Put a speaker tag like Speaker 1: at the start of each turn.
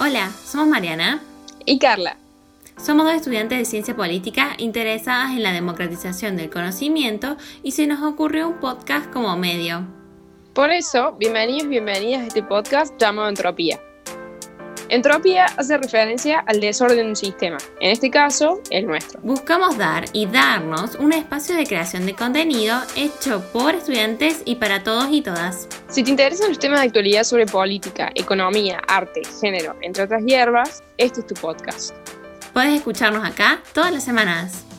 Speaker 1: Hola, somos Mariana.
Speaker 2: Y Carla.
Speaker 1: Somos dos estudiantes de ciencia política interesadas en la democratización del conocimiento y se nos ocurrió un podcast como medio.
Speaker 2: Por eso, bienvenidos y bienvenidas a este podcast llamado Entropía. Entropía hace referencia al desorden de un sistema, en este caso, el nuestro.
Speaker 1: Buscamos dar y darnos un espacio de creación de contenido hecho por estudiantes y para todos y todas.
Speaker 2: Si te interesan los temas de actualidad sobre política, economía, arte, género, entre otras hierbas, este es tu podcast.
Speaker 1: Puedes escucharnos acá todas las semanas.